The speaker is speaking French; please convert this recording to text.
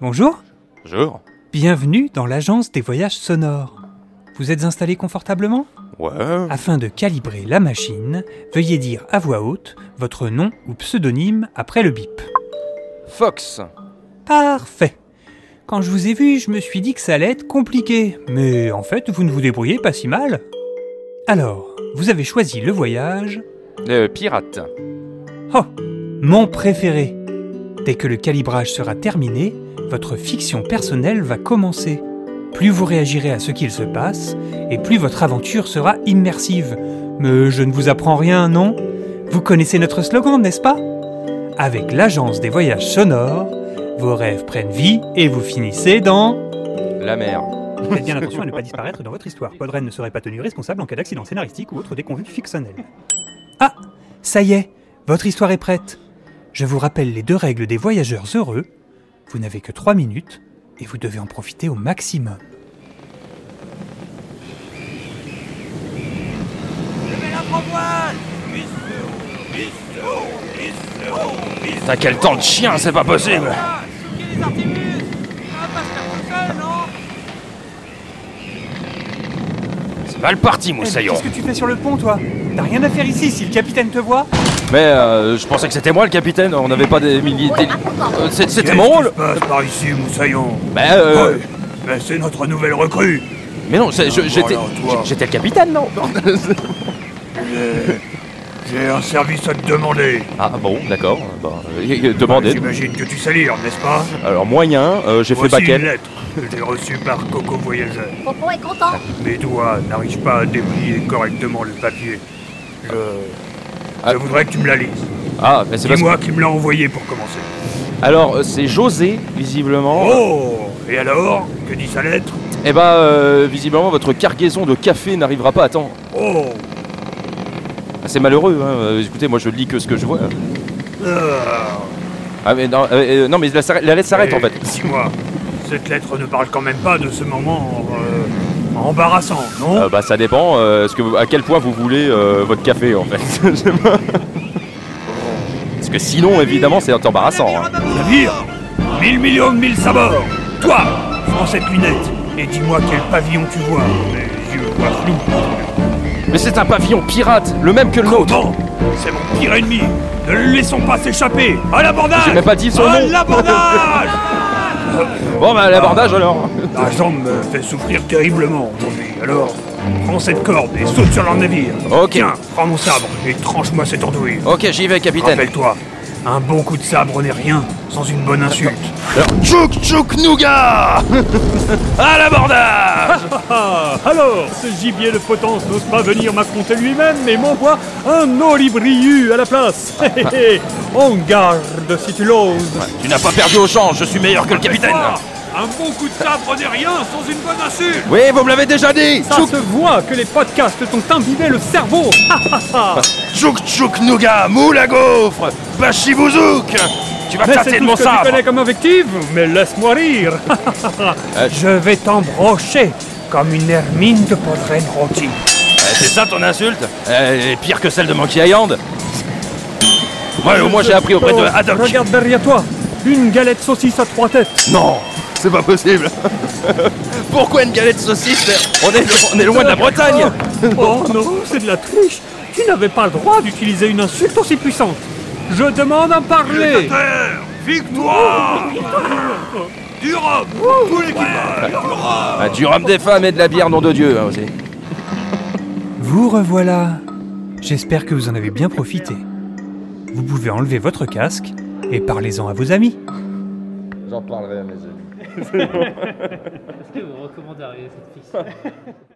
Bonjour, Bonjour. bienvenue dans l'agence des voyages sonores. Vous êtes installé confortablement Ouais. Afin de calibrer la machine, veuillez dire à voix haute votre nom ou pseudonyme après le bip. Fox. Parfait. Quand je vous ai vu, je me suis dit que ça allait être compliqué, mais en fait, vous ne vous débrouillez pas si mal. Alors, vous avez choisi le voyage, Le pirate. Oh, mon préféré. Dès que le calibrage sera terminé, votre fiction personnelle va commencer. Plus vous réagirez à ce qu'il se passe, et plus votre aventure sera immersive. Mais je ne vous apprends rien, non Vous connaissez notre slogan, n'est-ce pas Avec l'agence des voyages sonores, vos rêves prennent vie et vous finissez dans... La mer. Faites bien attention à ne pas disparaître dans votre histoire. Podren ne serait pas tenu responsable en cas d'accident scénaristique ou autre déconvenue fictionnelle. Ah Ça y est Votre histoire est prête Je vous rappelle les deux règles des voyageurs heureux. Vous n'avez que trois minutes et vous devez en profiter au maximum. T'as quel temps de chien, c'est pas possible. C'est mal parti, Moussaillon. Qu'est-ce que tu fais sur le pont, toi T'as rien à faire ici si le capitaine te voit Mais euh, je pensais que c'était moi le capitaine, on n'avait pas des milliers. des- Euh, c'est- c'était mon rôle. passe par ici, Moussaillon Mais, euh, Ouais, mais c'est notre nouvelle recrue mais non, c'est- je- Ah, j'étais voilà, toi. j'étais le capitaine, non J'ai- J'ai un service à te demander. Ah bon, d'accord. Bon, euh, demandez. J'imagine que tu sais lire, n'est-ce pas Alors moyen, euh, j'ai fait Voici une baquet. lettre que j'ai reçue par Coco Voyageur. Pompon est content. Mes doigts n'arrivent pas à déplier correctement le papier. Je... Ah. Je voudrais que tu me la lises. Ah, mais c'est parce que... Dis-moi qui me l'a envoyé pour commencer. Alors, euh, c'est José, visiblement. Oh Et alors Que dit sa lettre Eh bah, euh, visiblement, votre cargaison de café n'arrivera pas à temps. Oh C'est malheureux, hein. Euh, écoutez, moi je lis que ce que je vois. Ah. Ah, mais non, euh, euh, non, mais la, s'arrête- la lettre s'arrête en Et fait. euh, Dis-moi, cette lettre ne parle quand même pas de ce moment euh, embarrassant, non Euh, bah ça dépend, euh, ce que vous- à quel point vous voulez euh, votre café en fait. Je sais pas. Parce que sinon, évidemment, c'est embarrassant. hein. Navire 1000 millions de mille sabords Toi Prends cette lunette et dis-moi quel pavillon tu vois. Mes yeux voient flou. Mais c'est un pavillon pirate, le même que le nôtre. Comment C'est mon pire ennemi Ne le laissons pas s'échapper À l'abordage J'ai même pas dit son À nom. l'abordage Bon bah l'abordage alors. La jambe me fait souffrir terriblement aujourd'hui, alors... Prends cette corde et saute sur leur navire Ok. Tiens, prends mon sabre et tranche-moi cette andouille Ok, j'y vais, capitaine. Rappelle-toi, un bon coup de sabre n'est rien sans une bonne insulte. Tchouk tchouk nougat À l'abordage Ah, alors, ce gibier de potence n'ose pas venir m'affronter lui-même, mais m'envoie un olibriu à la place. Hé, hé, hé. On garde si tu l'oses. Tu n'as pas perdu au change, je suis meilleur que le capitaine. Un bon coup de sabre n'est rien sans une bonne insulte Oui, vous me l'avez déjà dit Ça se voit que les podcasts t'ont imbibé le cerveau. Ah, ah, ah. Tchouk tchouk nougat, moule à gaufre, bachibouzouk Tu vas Mais c'est tout ce que tu connais comme invective, mais laisse-moi rire. Je vais t'embrocher comme une hermine de poitrine rôtie. C'est ça ton insulte Elle est Euh, pire que celle de Monkey Island Ouais, au moins j'ai appris auprès de Oh, Haddock Regarde derrière toi, une galette saucisse à trois têtes. Non C'est pas possible Pourquoi une galette saucisse on est, on est loin de la Bretagne Oh non, c'est de la triche. Tu n'avais pas le droit d'utiliser une insulte aussi puissante. Je demande à parler. Victoire Durable Tout Oh, l'équipage Ah, Du rhum des femmes et de la bière, nom de Dieu hein, aussi. Vous revoilà J'espère que vous en avez bien profité. Vous pouvez enlever votre casque et parlez-en à vos amis. J'en parlerai à mes amis. Est-ce que vous recommanderiez cette fiction